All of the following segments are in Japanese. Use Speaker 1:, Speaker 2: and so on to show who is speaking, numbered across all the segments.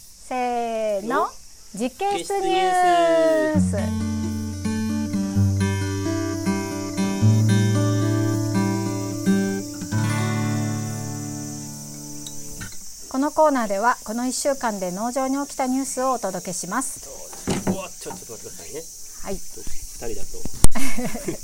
Speaker 1: せーの実験室ニュースこのコーナーではこの1週間で農場に起きたニュースをお届けします
Speaker 2: うわちょちょっと待ってくださいね
Speaker 1: はい
Speaker 2: 二人だと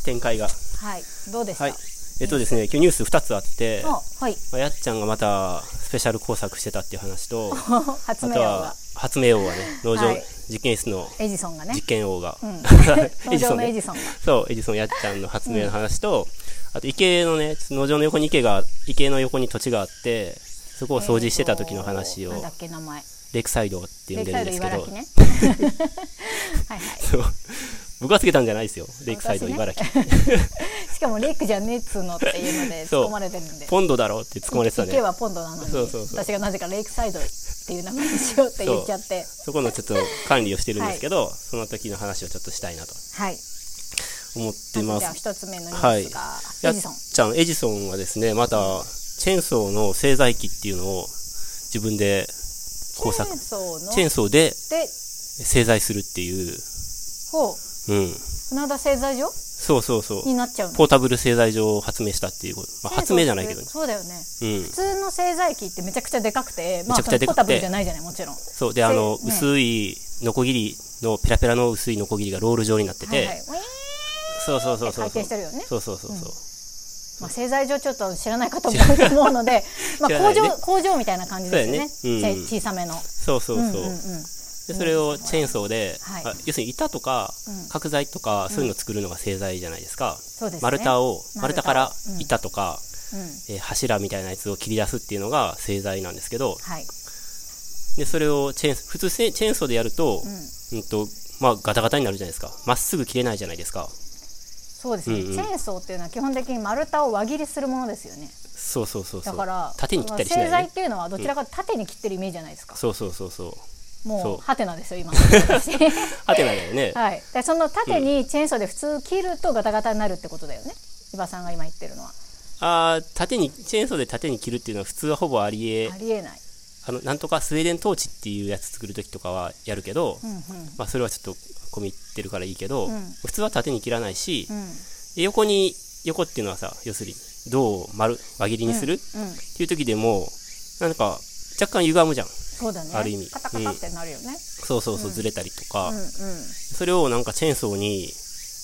Speaker 2: 展開が
Speaker 1: はいどうでした
Speaker 2: はいえっとですね今日ニュース二つあって、
Speaker 1: おはい
Speaker 2: まあ、やっちゃんがまたスペシャル工作してたっていう話とあ
Speaker 1: 発
Speaker 2: と
Speaker 1: 明王
Speaker 2: は
Speaker 1: が
Speaker 2: 発明王がね農場、
Speaker 1: はい
Speaker 2: 実験室の
Speaker 1: エジソンがね
Speaker 2: 実験王が、
Speaker 1: 農場のエジソン
Speaker 2: ソンね
Speaker 1: が
Speaker 2: そうエジソンやっちゃんの発明の話と、あと池のね農場の横に池が池の横に土地があってそこを掃除してた時の話を、
Speaker 1: なんだっけ名前
Speaker 2: レクサイドって
Speaker 1: レ
Speaker 2: 呼ん
Speaker 1: イク
Speaker 2: で
Speaker 1: サ
Speaker 2: るん
Speaker 1: イド
Speaker 2: ですけ
Speaker 1: 茨
Speaker 2: ど
Speaker 1: 城ね はいはい
Speaker 2: そう僕がつけたんじゃないですよレイクサイド茨城、
Speaker 1: しかもレイクじゃねっつうのっていうので
Speaker 2: そう
Speaker 1: 突っ込まれてるんで
Speaker 2: ポンドだろうって突っ込まれてたね
Speaker 1: 池はポンドなのに
Speaker 2: そうそうそう
Speaker 1: 私がなぜかレイクサイドっていう名前にしようって言っちゃって
Speaker 2: そこのちょっと管理をしてるんですけど、その時の話をちょっとしたいなと
Speaker 1: はい
Speaker 2: 思ってま
Speaker 1: じゃあ
Speaker 2: す。
Speaker 1: 一つ目のニュ
Speaker 2: はい
Speaker 1: ースが、エ
Speaker 2: やっ
Speaker 1: ジソン
Speaker 2: ちゃん、エジソンはですね、また、チェーンソーの製材機っていうのを自分で工作、チ
Speaker 1: チェーンソーの
Speaker 2: ェーンソーで
Speaker 1: で
Speaker 2: 製材するっていう、
Speaker 1: ほう
Speaker 2: うん。
Speaker 1: 船田製材所
Speaker 2: そうそうそう。
Speaker 1: になっちゃうの
Speaker 2: ポータブル製材所を発明したっていうこと。まあ、発明じゃないけどね。
Speaker 1: そうだよね
Speaker 2: うん
Speaker 1: 普。通の製材機ってめちゃくちゃでかくてまあ
Speaker 2: めちゃくちゃで
Speaker 1: そのポー
Speaker 2: かくて
Speaker 1: タブルじゃないじゃないもちろん
Speaker 2: そう。で、あの、
Speaker 1: せね
Speaker 2: 薄いノコギリの、ペラペラの薄いノコギリがロール状になってて、
Speaker 1: はいはい、ウィーン
Speaker 2: そうそうそうそう。
Speaker 1: 回転してるよね
Speaker 2: そうそうそうそう。
Speaker 1: まあ、製材所ちょっと知らない方も多いと思うので、まあ、
Speaker 2: 知ら
Speaker 1: 工
Speaker 2: ないね
Speaker 1: 場工場みたいな感じです
Speaker 2: そう
Speaker 1: よ
Speaker 2: や
Speaker 1: ね
Speaker 2: ねうん
Speaker 1: ち小さめの。
Speaker 2: そうそうそ
Speaker 1: ん
Speaker 2: う。
Speaker 1: うんうん
Speaker 2: でそれをチェーンソーで、
Speaker 1: はい
Speaker 2: あ要するに板とか
Speaker 1: うん
Speaker 2: 角材とかそういうのを作るのが製材じゃないですか、
Speaker 1: そうですね
Speaker 2: 丸太を
Speaker 1: 丸
Speaker 2: 丸太
Speaker 1: 太
Speaker 2: から板とか、
Speaker 1: うん
Speaker 2: えー柱みたいなやつを切り出すっていうのが製材なんですけど
Speaker 1: はい、
Speaker 2: でそれをチェーン普通せチェーンソーでやると,、うんとまあ、ガタガタになるじゃないですかまっすぐ切れないじゃないですか
Speaker 1: そうですね、
Speaker 2: うんうん
Speaker 1: チェーンソーっていうのは基本的に丸太を輪切りするものですよね
Speaker 2: そうそうそうそ
Speaker 1: だ
Speaker 2: う
Speaker 1: から
Speaker 2: 縦に切ったりしな
Speaker 1: 製
Speaker 2: い
Speaker 1: 材
Speaker 2: ね
Speaker 1: っていうのはどちらかというと縦に切ってるイメージじゃないですか、
Speaker 2: そうそうそうそうそ
Speaker 1: もう
Speaker 2: う
Speaker 1: ハテナですよ今の私
Speaker 2: はてないよね、
Speaker 1: はいでその縦にチェーンソーで普通切るとガタガタになるってことだよね伊庭さんが今言ってるのは
Speaker 2: あー縦にチェーンソーで縦に切るっていうのは普通はほぼありえ
Speaker 1: ありえない、
Speaker 2: あのなんとかスウェーデントーチっていうやつ作るときとかはやるけど、
Speaker 1: うんうん
Speaker 2: まあ、それはちょっと込み入ってるからいいけど、
Speaker 1: ん
Speaker 2: 普通は縦に切らないし、
Speaker 1: うん
Speaker 2: で横に横っていうのはさ要するに銅を丸輪切りにするっ
Speaker 1: うん、
Speaker 2: ていう時でもなんか若干歪むじゃん
Speaker 1: そうだね
Speaker 2: ある意味
Speaker 1: カタカタってなるよね、
Speaker 2: そうそうそうずれたりとか、
Speaker 1: うん、うん
Speaker 2: それをなんかチェーンソーに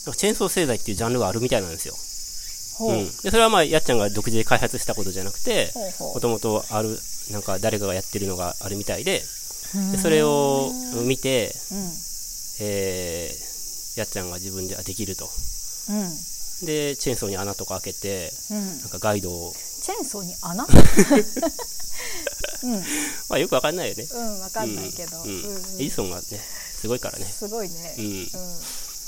Speaker 2: なんかチェーンソー製材っていうジャンルがあるみたいなんですよ、
Speaker 1: ほう、
Speaker 2: うん、でそれはまあやっちゃんが独自で開発したことじゃなくて
Speaker 1: ほうほう
Speaker 2: もともとあるなんか誰かがやってるのがあるみたいででそれを見て、
Speaker 1: う
Speaker 2: えーやっちゃんが自分であできると
Speaker 1: んうん
Speaker 2: でチェーンソーに穴とか開けて
Speaker 1: うん
Speaker 2: なんかガイドを、
Speaker 1: チェーンソーに 穴うん、う
Speaker 2: まあ、よくわかんないよね
Speaker 1: ん、わかんないけど、
Speaker 2: うんうん
Speaker 1: うんうん
Speaker 2: エジソンがねすごいからね
Speaker 1: すごいね、
Speaker 2: うん
Speaker 1: うん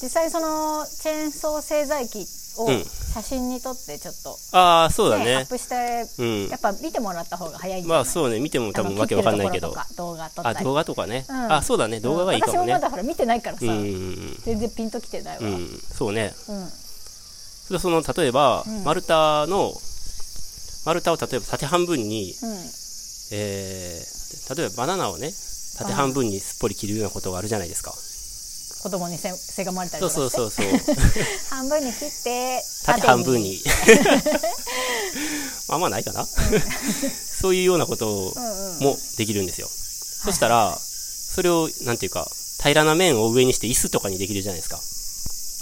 Speaker 1: 実際そのチェーンソー製材機を
Speaker 2: うん
Speaker 1: 写真に撮ってちょっと、
Speaker 2: ああそうだ
Speaker 1: ねア
Speaker 2: ね
Speaker 1: ップして、
Speaker 2: うん
Speaker 1: やっぱ見てもらった方が早いんじゃない
Speaker 2: まあそうね見ても
Speaker 1: あ
Speaker 2: 多分
Speaker 1: の
Speaker 2: わけわかんないけ
Speaker 1: 切
Speaker 2: ど
Speaker 1: ってるところとか動画撮っ
Speaker 2: あ
Speaker 1: たり
Speaker 2: 動画とかね、
Speaker 1: うん
Speaker 2: あそうだね動画がいいかも
Speaker 1: うん私もま
Speaker 2: ね
Speaker 1: だほら見てないからさ、
Speaker 2: うんうんうん
Speaker 1: 全然ピンときてないわ、
Speaker 2: う
Speaker 1: うんん
Speaker 2: うんそうねそれはその例えば、
Speaker 1: うん
Speaker 2: 丸太の丸太を例えば縦半分に、
Speaker 1: うん
Speaker 2: えー例えばバナナをね縦半分にすっぽり切るようなことがあるじゃないですか
Speaker 1: 子供にせせがまれたり
Speaker 2: そ
Speaker 1: と
Speaker 2: う
Speaker 1: か
Speaker 2: そう
Speaker 1: して
Speaker 2: そうそう
Speaker 1: 半分に切って
Speaker 2: 縦半分に まああんまないかなそういうようなことを
Speaker 1: うんうん
Speaker 2: もできるんですよ、そしたらそれをなんていうか平らな面を上にして椅子とかにできるじゃないですか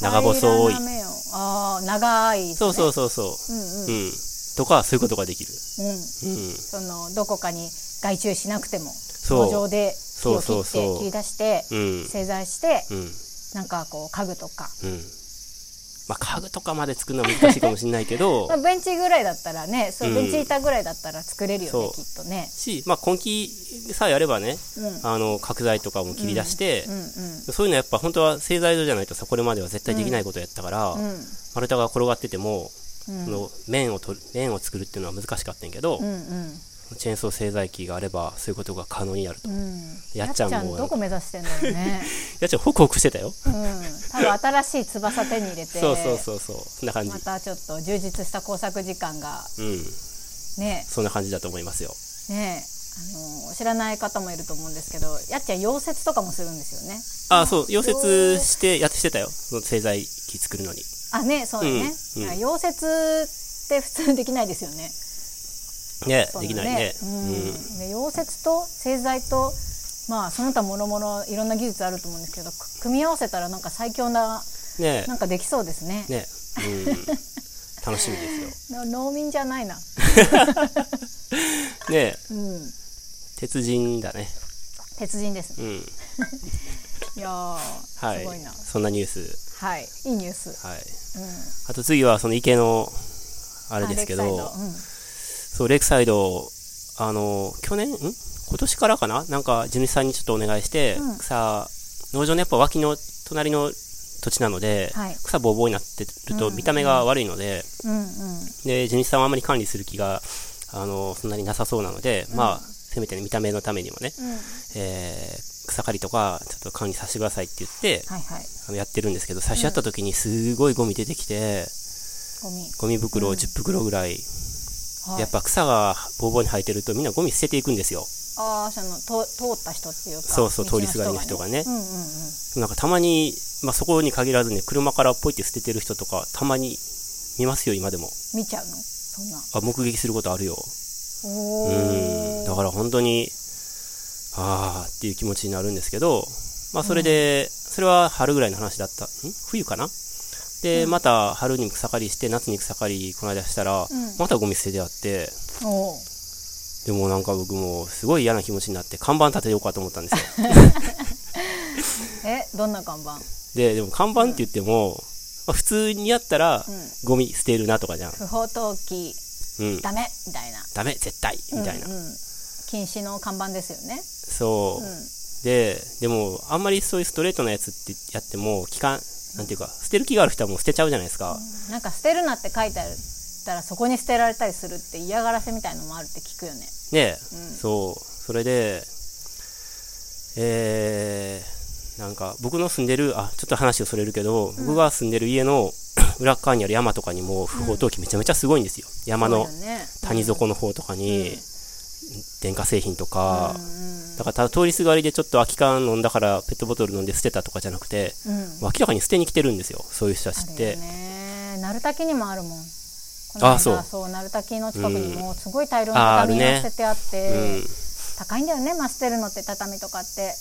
Speaker 2: 長細
Speaker 1: 平
Speaker 2: い
Speaker 1: らな面をあー長い、
Speaker 2: そうそうそうそう
Speaker 1: んうん
Speaker 2: う、うんとかそういうことができる
Speaker 1: うん、
Speaker 2: うん
Speaker 1: そのどこかに外注しなくても
Speaker 2: う
Speaker 1: 農場で木を切
Speaker 2: そう
Speaker 1: っ
Speaker 2: そうそ
Speaker 1: て
Speaker 2: う
Speaker 1: 切り出して
Speaker 2: うん
Speaker 1: 製材して
Speaker 2: うん
Speaker 1: なんかこう家具とか、
Speaker 2: うんまあ家具とかまで作るのは難しいかもしれないけど
Speaker 1: まあ、ベンチぐらいだったらねそううんベンチ板ぐらいだったら作れるよね、
Speaker 2: そう
Speaker 1: きっとね。
Speaker 2: し、まあ、根気さえあればね
Speaker 1: うんうん
Speaker 2: あの角材とかも切り出して、
Speaker 1: うん
Speaker 2: そういうのはやっぱ本当は製材所じゃないとさこれまでは絶対できないことをやったから、
Speaker 1: うん
Speaker 2: 丸太が転がってて
Speaker 1: う
Speaker 2: も、
Speaker 1: ん
Speaker 2: その面を取る面を作るっていうのは難しかったんやけど、
Speaker 1: うんうん
Speaker 2: チェーンソー製材機があればそういうことが可能になると、
Speaker 1: うん
Speaker 2: やっちゃんも
Speaker 1: やどこ目指してんだろうね、
Speaker 2: やっちゃんホクホクしてたよ、
Speaker 1: うん、多分新しい翼手に入れて
Speaker 2: そうそうそうそうそんな感じ、
Speaker 1: またちょっと充実した工作時間が
Speaker 2: うん
Speaker 1: ね
Speaker 2: そんな感じだと思いますよ
Speaker 1: ねあの知らない方もいると思うんですけどやっちゃん溶接とかもするんですよね
Speaker 2: あそう溶接してやってしてたよその製材機作るのに
Speaker 1: あねそうだね、
Speaker 2: うんうん
Speaker 1: 溶接って普通できないですよね
Speaker 2: ね
Speaker 1: そん
Speaker 2: できないね
Speaker 1: うんで溶接と製材とまあその他もろもろいろんな技術あると思うんですけどく組み合わせたらなんか最強な
Speaker 2: うんね
Speaker 1: なんかできそうですね
Speaker 2: ねうん楽しみです
Speaker 1: な農民じゃないな
Speaker 2: よね
Speaker 1: うん
Speaker 2: 鉄人だね
Speaker 1: 鉄人ですね
Speaker 2: うん
Speaker 1: いやー、
Speaker 2: はい
Speaker 1: すごいな
Speaker 2: そんなニュース
Speaker 1: はいいいニュース
Speaker 2: はい
Speaker 1: うん
Speaker 2: あと次はその池のあ
Speaker 1: あ
Speaker 2: れですけ
Speaker 1: レイ
Speaker 2: ど
Speaker 1: クサイドうん
Speaker 2: そうレイクサイドあの去年ん今年からかななんか地主さんにちょっとお願いして、
Speaker 1: うん
Speaker 2: 草農場のやっぱ脇の隣の土地なので、
Speaker 1: はい
Speaker 2: 草ぼうぼうになってる
Speaker 1: う
Speaker 2: と
Speaker 1: ん
Speaker 2: 見た目が悪いので、
Speaker 1: うんうん
Speaker 2: で地主さんはあまり管理する気があのそんなになさそうなので、まあせめてね見た目のためにもね、
Speaker 1: うん
Speaker 2: えー草刈りとかちょっと管理させてくださいって言って、
Speaker 1: はいはい
Speaker 2: あのやってるんですけど最初やった時にすごいゴミ出てきて、
Speaker 1: ゴミ
Speaker 2: ゴミ袋10袋ぐらい、
Speaker 1: はい
Speaker 2: やっぱ草がぼうぼうに生えてるとみんなゴミ捨てていくんですよ
Speaker 1: ああそのと通った人っていうか
Speaker 2: そうそう
Speaker 1: 道
Speaker 2: 通りすがりの人がね
Speaker 1: うんうんうん
Speaker 2: なんかたまに、まあ、そこに限らずね車からポイって捨ててる人とかたまに見ますよ今でも
Speaker 1: 見ちゃうのそんな
Speaker 2: あ目撃することあるよ
Speaker 1: お
Speaker 2: うんだ
Speaker 1: お
Speaker 2: から本当にああっていう気持ちになるんですけどまあそれで、それは春ぐらいの話だったん冬かなで、また春に草刈りして夏に草刈りこの間したら、
Speaker 1: うん
Speaker 2: またゴミ捨ててあって
Speaker 1: おー
Speaker 2: でもなんか僕もうすごい嫌な気持ちになって看板立てようかと思ったんですよ
Speaker 1: えどんな看板
Speaker 2: ででも看板って言っても、まあ普通にやったら、
Speaker 1: うん
Speaker 2: ゴミ捨てるなとかじゃん、
Speaker 1: 不法投棄
Speaker 2: うん、
Speaker 1: ダメみたいな
Speaker 2: ダメ絶対みたいな、
Speaker 1: うんうん禁止の看板ですよね
Speaker 2: そう、
Speaker 1: う
Speaker 2: ででもあんまりそういうストレートなやつってやっても期間なんていうか捨てる気がある人はもう捨てちゃうじゃないですか、
Speaker 1: んなんか捨てるなって書いてあるたらそこに捨てられたりするって嫌がらせみたいのもあるって聞くよね
Speaker 2: ね、
Speaker 1: うん
Speaker 2: そうそれでえー、なんか僕の住んでるあちょっと話をそれるけど、僕が住んでる家の 裏側にある山とかにも不法投棄めちゃめちゃすごいんですよ、山の
Speaker 1: そうよね
Speaker 2: 谷底の方とかに、
Speaker 1: うん
Speaker 2: 電化製品とか、
Speaker 1: うん
Speaker 2: だからただ通りすがりでちょっと空き缶飲んだからペットボトル飲んで捨てたとかじゃなくて、
Speaker 1: うんうん
Speaker 2: 明らかに捨てに来てるんですよそういう人たちっ
Speaker 1: ある
Speaker 2: て
Speaker 1: よ、ね鳴滝にもあるもんこの間
Speaker 2: あそう
Speaker 1: そう鳴滝の近くにもすごい大量の畳
Speaker 2: あある
Speaker 1: が
Speaker 2: ね
Speaker 1: 捨ててあって、
Speaker 2: うん
Speaker 1: 高いんだよね、まあ、捨てるのって畳とかって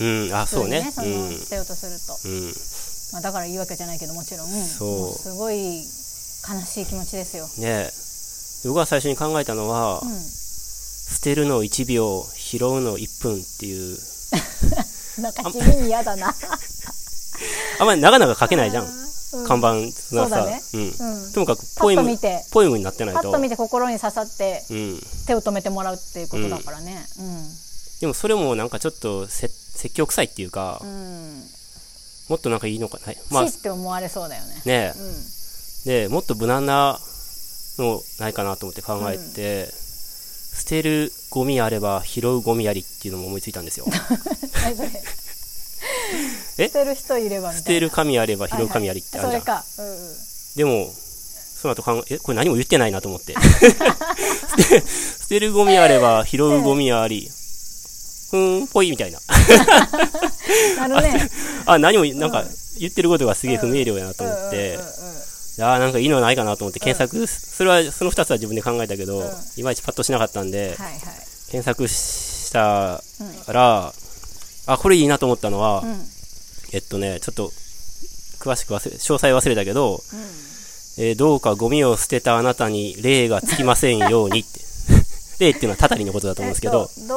Speaker 2: うん、あそうね
Speaker 1: 普通
Speaker 2: う
Speaker 1: に
Speaker 2: ん
Speaker 1: その捨てようとすると、
Speaker 2: うん
Speaker 1: まあ、だからいいわけじゃないけどもちろん
Speaker 2: そう
Speaker 1: もうすごい悲しい気持ちですよ、
Speaker 2: ねえ僕が最初に考えたのは、
Speaker 1: うん、
Speaker 2: 捨てるの1秒拾うの1分っていう
Speaker 1: なんか地味に嫌だ な
Speaker 2: あんまり長々書けないじゃん、
Speaker 1: うん
Speaker 2: 看板そんな
Speaker 1: そ
Speaker 2: さ
Speaker 1: うだね
Speaker 2: うん
Speaker 1: うん
Speaker 2: ともかく
Speaker 1: パ
Speaker 2: ポ
Speaker 1: ッ
Speaker 2: エ
Speaker 1: と
Speaker 2: ム
Speaker 1: 見て
Speaker 2: ポエムになってない
Speaker 1: パ
Speaker 2: と
Speaker 1: ッと見て心に刺さって
Speaker 2: うん、
Speaker 1: 手を止めてもらうっていうことだからねう
Speaker 2: でもそれもなんかちょっとせ説教臭いっていうか、
Speaker 1: ん、うん
Speaker 2: もっとなんかいいのかないまあ
Speaker 1: 死って思われそうだよね
Speaker 2: ねえ
Speaker 1: うん
Speaker 2: でもっと無難なのないかなと思って考えて、捨てるゴミあれば拾うゴミありっていうのも思いついた んですよ
Speaker 1: 何それ
Speaker 2: え
Speaker 1: 捨てる人いればみたいな
Speaker 2: 捨てる神あれば拾う神ありってあるじゃん、
Speaker 1: はいはいそれか、うんうん
Speaker 2: でもその後考ええこれ何も言ってないなと思って 捨て捨てるゴミあれば拾うゴミありふーんぽいみたいな
Speaker 1: なるね
Speaker 2: あ何もなんか言ってることがすげえ不明瞭やなと思って、
Speaker 1: うんうんうんうん
Speaker 2: あーなんかいいのないかなと思って検索す、それはその2つは自分で考えたけど、
Speaker 1: うん
Speaker 2: いまいちパッとしなかったんで、
Speaker 1: はいはい
Speaker 2: 検索したら、あこれいいなと思ったのは、
Speaker 1: うんうん
Speaker 2: えっとねちょっと詳しく忘れ詳細忘れたけど、えーどうかゴミを捨てたあなたに霊がつきませんようにって 霊っていうのはたたりのことだと思うんですけど、
Speaker 1: えっと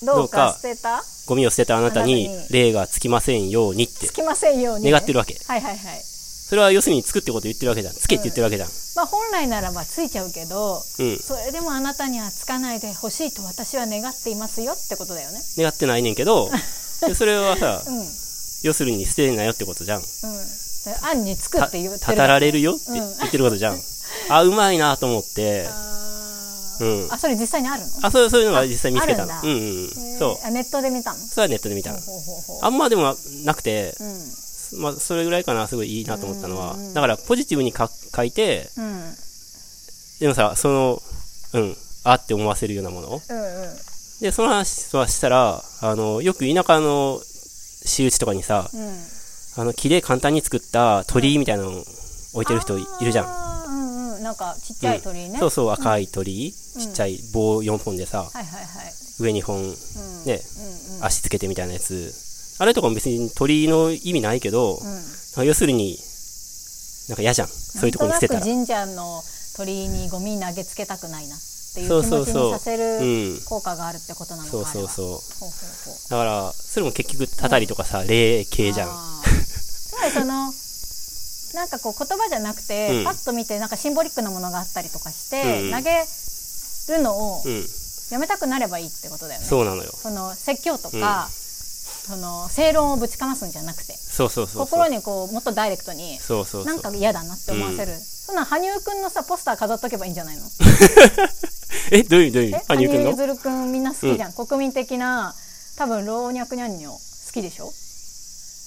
Speaker 1: どうどうか捨てた
Speaker 2: ゴミを捨てたあなたに
Speaker 1: あなたに
Speaker 2: 霊がつきませんようにって
Speaker 1: つきませんようにね
Speaker 2: 願ってるわけ
Speaker 1: はいはいはい
Speaker 2: それは要するにつくってこと言ってるわけじゃんつけって言ってるわけじゃん
Speaker 1: まあ本来ならばついちゃうけど
Speaker 2: うん、
Speaker 1: それでもあなたにはつかないでほしいと私は願っていますよってことだよね
Speaker 2: 願ってないねん けどでそれはさ
Speaker 1: うんうん
Speaker 2: 要するに捨てなよってことじゃん
Speaker 1: で案につく
Speaker 2: た
Speaker 1: って言ってる
Speaker 2: たたられるよって
Speaker 1: うん
Speaker 2: 言ってること じゃん、あうまいなと思って
Speaker 1: あ
Speaker 2: う
Speaker 1: ー
Speaker 2: ん
Speaker 1: あそれ実際にあるの
Speaker 2: あそうそういうのが実際見つけたの
Speaker 1: ああ
Speaker 2: う
Speaker 1: る
Speaker 2: ん
Speaker 1: ん
Speaker 2: う
Speaker 1: だ
Speaker 2: んうん
Speaker 1: へー
Speaker 2: そう
Speaker 1: あネットで見たの
Speaker 2: それはネットで見たの
Speaker 1: ほうほうほう
Speaker 2: あんまでもなくて、
Speaker 1: うん
Speaker 2: まあ、それぐらいかなすごいいいなと思ったのはだからポジティブにか書いて
Speaker 1: うん
Speaker 2: でもさそのうんあって思わせるようなもの
Speaker 1: うんうん
Speaker 2: で、その話はしたら、あの、よく田舎の私有地とかにさ、
Speaker 1: うん、
Speaker 2: あの、木で簡単に作った鳥居みたいなの置いてる人いいるじゃん。
Speaker 1: あーうんうんなんかちっちゃい鳥ね、
Speaker 2: そうそう、赤い鳥居、ちっちゃい棒4本で
Speaker 1: は
Speaker 2: さ、
Speaker 1: いはいはい
Speaker 2: 上2本、
Speaker 1: うんう
Speaker 2: ね、
Speaker 1: んうん
Speaker 2: 足つけてみたいなやつ。あれとかも別に鳥居の意味ないけど、
Speaker 1: うん
Speaker 2: なんか要するに、なんか嫌じゃん。そういうとこに捨て
Speaker 1: な
Speaker 2: たら
Speaker 1: ん。となく神社の鳥居にゴミ投げつけたくないなっていう気
Speaker 2: そ
Speaker 1: 持
Speaker 2: う
Speaker 1: ち
Speaker 2: そうそう
Speaker 1: にさせ
Speaker 2: う
Speaker 1: る
Speaker 2: ん。
Speaker 1: 効果があるってことなのか
Speaker 2: そうそう
Speaker 1: う
Speaker 2: そう。
Speaker 1: ほうほうほう
Speaker 2: だから、それも結局、たたりとかさ、霊系じゃん。
Speaker 1: あーつまりそのなんかこう言葉じゃなくて、
Speaker 2: うん
Speaker 1: パッと見てなんかシンボリックなものがあったりとかして、
Speaker 2: うん
Speaker 1: 投げるのを
Speaker 2: うん。
Speaker 1: やめたくなればいいってことだよね。
Speaker 2: そうなのよ。
Speaker 1: その説教と
Speaker 2: う
Speaker 1: か、その正論をぶちかますんじゃなくて
Speaker 2: そうそうそうそう。
Speaker 1: 心にこうもっとダイレクトに
Speaker 2: そうそうそう。
Speaker 1: なんか嫌だなって思わせる、そんな羽生くんのさポスター飾っとけばいいんじゃないの
Speaker 2: え、どういう、どういう
Speaker 1: え
Speaker 2: 羽生くんの
Speaker 1: 結弦くんみんな好きじゃん、国民的な多分老若にゃんにょ好きでしょ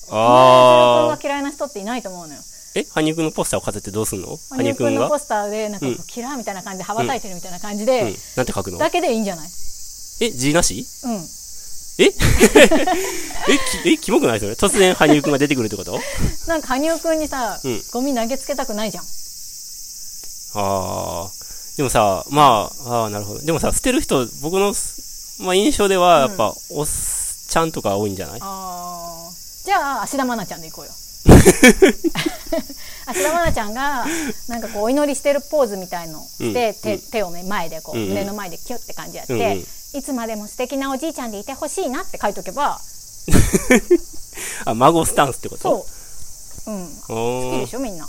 Speaker 1: 羽生
Speaker 2: あ
Speaker 1: 結弦くんが
Speaker 2: ー。
Speaker 1: 嫌いな人っていないと思うのよ
Speaker 2: え、羽生くんのポスターを飾ってどうすんの
Speaker 1: 羽
Speaker 2: 羽生
Speaker 1: 生
Speaker 2: く
Speaker 1: く
Speaker 2: ん
Speaker 1: んの
Speaker 2: が
Speaker 1: ポスターでなんかこ
Speaker 2: うん
Speaker 1: うキラーみたいな感じで羽ばたいてるみたいな感じ
Speaker 2: う
Speaker 1: で
Speaker 2: ん。なんて書くの
Speaker 1: だけでいいんじゃない
Speaker 2: え、字なし
Speaker 1: うん
Speaker 2: え え、き、え、キモくないそれ突然羽生くんが出てくるってこと
Speaker 1: なんか羽生くんにさ
Speaker 2: うん
Speaker 1: ゴミ投げつけたくないじゃん
Speaker 2: あー。でもさ、まあ、あーなるほど。でもさ、捨てる人、僕の、まあ、印象では、やっぱ、おっちゃんとか多いんじゃない
Speaker 1: あーじゃあ芦田愛菜ちゃんでいこう よ芦田愛菜ちゃんがなんかこうお祈りしてるポーズみたいのして、
Speaker 2: うん
Speaker 1: 手手を、ね、前でこう、
Speaker 2: うんうん
Speaker 1: 胸の前でキュッて感じやって、
Speaker 2: うんうん
Speaker 1: いつまでも素敵なおじいちゃんでいてほしいなって書いとけば
Speaker 2: あ、孫スタンスってこと
Speaker 1: そう、うん、
Speaker 2: う。
Speaker 1: 好
Speaker 2: お
Speaker 1: き
Speaker 2: ー
Speaker 1: でしょみんな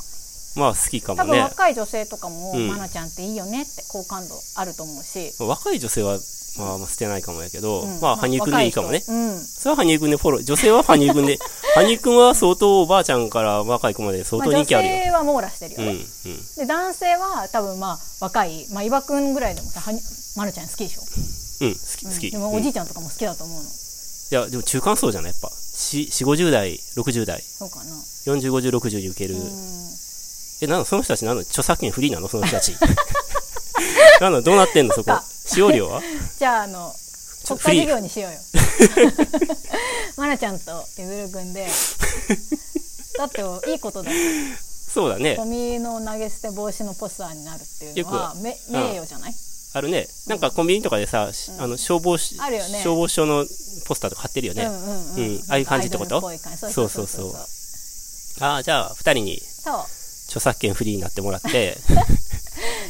Speaker 2: まあ好きかも
Speaker 1: 多分
Speaker 2: ね
Speaker 1: 若い女性とかも、
Speaker 2: うん
Speaker 1: 愛菜ちゃんっていいよねって好感度あると思うし、
Speaker 2: 若い女性は、まあ、まあ捨てないかもやけど、
Speaker 1: うん
Speaker 2: まあ羽生くんでいいかもね
Speaker 1: 若人うん
Speaker 2: それは羽生くんでフォロー女性は羽生く んで羽生くんは相当おばあちゃんから若い子まで相
Speaker 1: まあ、
Speaker 2: 当人
Speaker 1: 女
Speaker 2: 気あるよ、
Speaker 1: 性は網羅してるよ
Speaker 2: うん
Speaker 1: ね、
Speaker 2: うん
Speaker 1: で男性は多分まあ若い、まあ、伊庭くんぐらいでもさはにまるちゃん好きでしょ、
Speaker 2: うん好き好き、
Speaker 1: でも
Speaker 2: うん
Speaker 1: お
Speaker 2: い
Speaker 1: じいちゃんとかも好きだと思うの、
Speaker 2: やでも中間層じゃないやっぱ4050代60代
Speaker 1: そうかなう
Speaker 2: 405060に受ける、
Speaker 1: ん
Speaker 2: えなのその人たちなの著作権フリーなのその人たち なのどうなってんのそこ
Speaker 1: そっか
Speaker 2: 使用料は
Speaker 1: じゃああの
Speaker 2: ちょ
Speaker 1: 国家
Speaker 2: フリ
Speaker 1: 事
Speaker 2: ー
Speaker 1: 業にしようよ まなちゃんとゆずるくんでだっていいことだよ
Speaker 2: そうだね
Speaker 1: ゴミの投げ捨て防止のポスターになるっていうのは
Speaker 2: よ
Speaker 1: め
Speaker 2: うん
Speaker 1: 名誉じゃない、
Speaker 2: あるねなんかコンビニとかでさ、あの消防し
Speaker 1: あるよね
Speaker 2: 消防署のポスターとか貼ってるよね、
Speaker 1: うんうんうん、
Speaker 2: うんああいう感じってこと
Speaker 1: アイドルっぽい感じそうそうそうそう
Speaker 2: そうそうああ、じゃあ、二人に
Speaker 1: そう
Speaker 2: 著作権フリーになってもら って、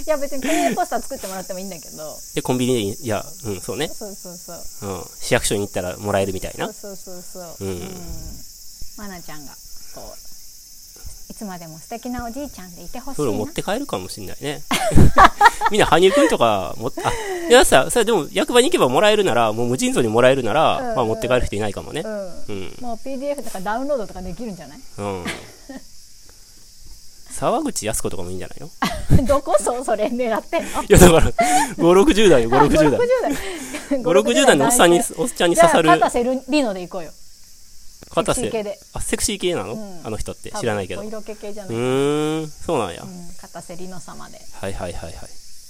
Speaker 1: いや別にこういうポスター作ってもらってもいいんだけど
Speaker 2: で、コンビニで、いや、うん、そうね。
Speaker 1: そうそうそう
Speaker 2: うん。市役所に行ったらもらえるみたい
Speaker 1: そ
Speaker 2: な
Speaker 1: う。そうそうそうう
Speaker 2: う
Speaker 1: ん
Speaker 2: ん、
Speaker 1: まなちゃんがこういつまでも素敵なおじいちゃんでいてほしい
Speaker 2: それ
Speaker 1: な
Speaker 2: を持って帰るかもしんないね。 みんな、羽生くんとか、も、あ、いやさ、それでも、役場に行けばもらえるなら、もう無尽蔵にもらえるなら、
Speaker 1: うん
Speaker 2: まあ、持って帰る人いないかもね。
Speaker 1: うん
Speaker 2: うん。
Speaker 1: もう PDF とかダウンロードとかできるんじゃない
Speaker 2: うん。沢口靖子とかもいいんじゃないのい
Speaker 1: どこそうそれ狙ってんの
Speaker 2: や、だから、5、60代よ、5、60代。
Speaker 1: 代
Speaker 2: 5、60代のおっさんに、おっちゃんに刺さる
Speaker 1: じゃあ、片瀬ルリノで行こうよ。
Speaker 2: 片
Speaker 1: セクシー系
Speaker 2: 瀬
Speaker 1: で。
Speaker 2: あ、セクシー系なの、
Speaker 1: うん
Speaker 2: あの人って知らないけど。
Speaker 1: 多分お色気系じゃ
Speaker 2: う
Speaker 1: ない。
Speaker 2: ーん、そうなんや。
Speaker 1: うん片瀬リノ様で。
Speaker 2: はいはいはいはい。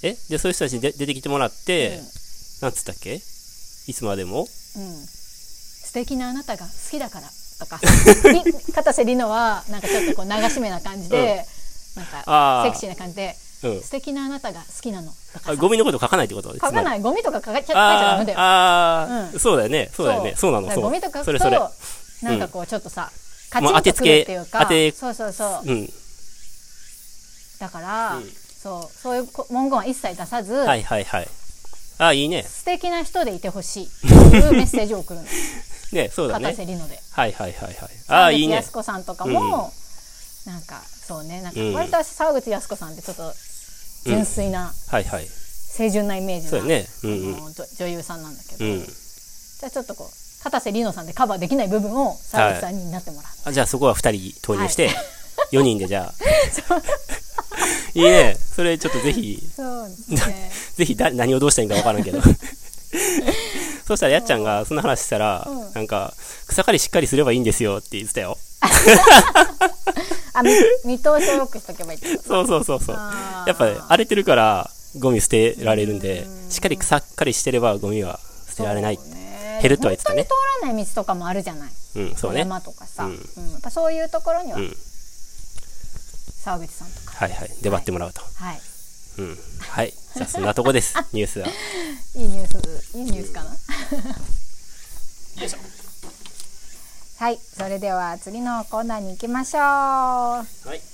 Speaker 2: えで、そういう人たちにで出てきてもらっ
Speaker 1: う
Speaker 2: て、
Speaker 1: ん
Speaker 2: なんつったっけいつまでも
Speaker 1: うん。素敵なあなたが好きだからと か。さリ片瀬リノは、なんかちょっとこう流し目な感じで、なんか
Speaker 2: あー
Speaker 1: セクシーな感じで、
Speaker 2: うん。
Speaker 1: 素敵なあなたが好きなのとか
Speaker 2: あ、
Speaker 1: さ。
Speaker 2: ゴミのこと書かないってこと
Speaker 1: 書か
Speaker 2: い。
Speaker 1: ない。ゴミとか書か書いちゃダ
Speaker 2: あ
Speaker 1: メだ
Speaker 2: ー
Speaker 1: よ。
Speaker 2: あー、
Speaker 1: うん
Speaker 2: そうだよね。そうだよね。そうなの。
Speaker 1: だ
Speaker 2: そ
Speaker 1: から
Speaker 2: う
Speaker 1: ゴミとか書
Speaker 2: そ
Speaker 1: く
Speaker 2: れそれ。
Speaker 1: と、なんかこうちょっとさ、カチ
Speaker 2: もう当
Speaker 1: ン
Speaker 2: て
Speaker 1: と
Speaker 2: つ
Speaker 1: くる
Speaker 2: け
Speaker 1: っていうか
Speaker 2: 当て、
Speaker 1: そうそうそう。
Speaker 2: うん。
Speaker 1: だから、
Speaker 2: うん
Speaker 1: そうそういうこ文言は一切出さず、
Speaker 2: はいはいはい。あーいいね。
Speaker 1: 素敵な人でいてほしいっ ていうメッセージを送るの、
Speaker 2: ね、そうだ
Speaker 1: 片
Speaker 2: ね。
Speaker 1: 瀬里乃で。
Speaker 2: はいはいはいはい。あーいいね
Speaker 1: 安。子さんとかも、なんかそうねなんか
Speaker 2: うん
Speaker 1: 割と私沢口靖子さんってちょっと純粋な、
Speaker 2: はいはい。
Speaker 1: 清純なイメージ
Speaker 2: そう
Speaker 1: な、
Speaker 2: だね。うん
Speaker 1: あの女女優さんなんだけ
Speaker 2: う
Speaker 1: ど、
Speaker 2: ん。うん。
Speaker 1: じゃあちょっとこう片瀬里乃さんでカバーできない部分を沢口さんになってもらう。
Speaker 2: あじゃあそこは二人投入して、四人でじ ゃあ。 いいね。それちょっとぜひ、
Speaker 1: そうですね。
Speaker 2: ぜひだ何をどうしたらいいんか分からん けど。そうしたらやっちゃんがそんな話したら、
Speaker 1: うん
Speaker 2: なんか、草刈りしっかりすればいいんですよって言ってたよ。
Speaker 1: あ、み見通しをよくしとけばいいってこと。
Speaker 2: そうそうそうそう。
Speaker 1: あー
Speaker 2: やっぱね荒れてるからゴミ捨てられるんで、しっかり草刈りしてればゴミは捨捨てられない。
Speaker 1: そうね
Speaker 2: 減るとは言ってたね
Speaker 1: 本当に通らない道とかもあるじゃない
Speaker 2: うん、そうね。
Speaker 1: 山とかさ、
Speaker 2: う
Speaker 1: うんんやっぱそういうところには
Speaker 2: うん
Speaker 1: 沢口さんとか、
Speaker 2: はいはい。出張ってもらうと。
Speaker 1: はい
Speaker 2: うん。はい。じゃあ、そんなとこです。ニュースは。
Speaker 1: いいニュースいいニュースかなはいそれでは次のコーナーに行きましょう
Speaker 2: はい。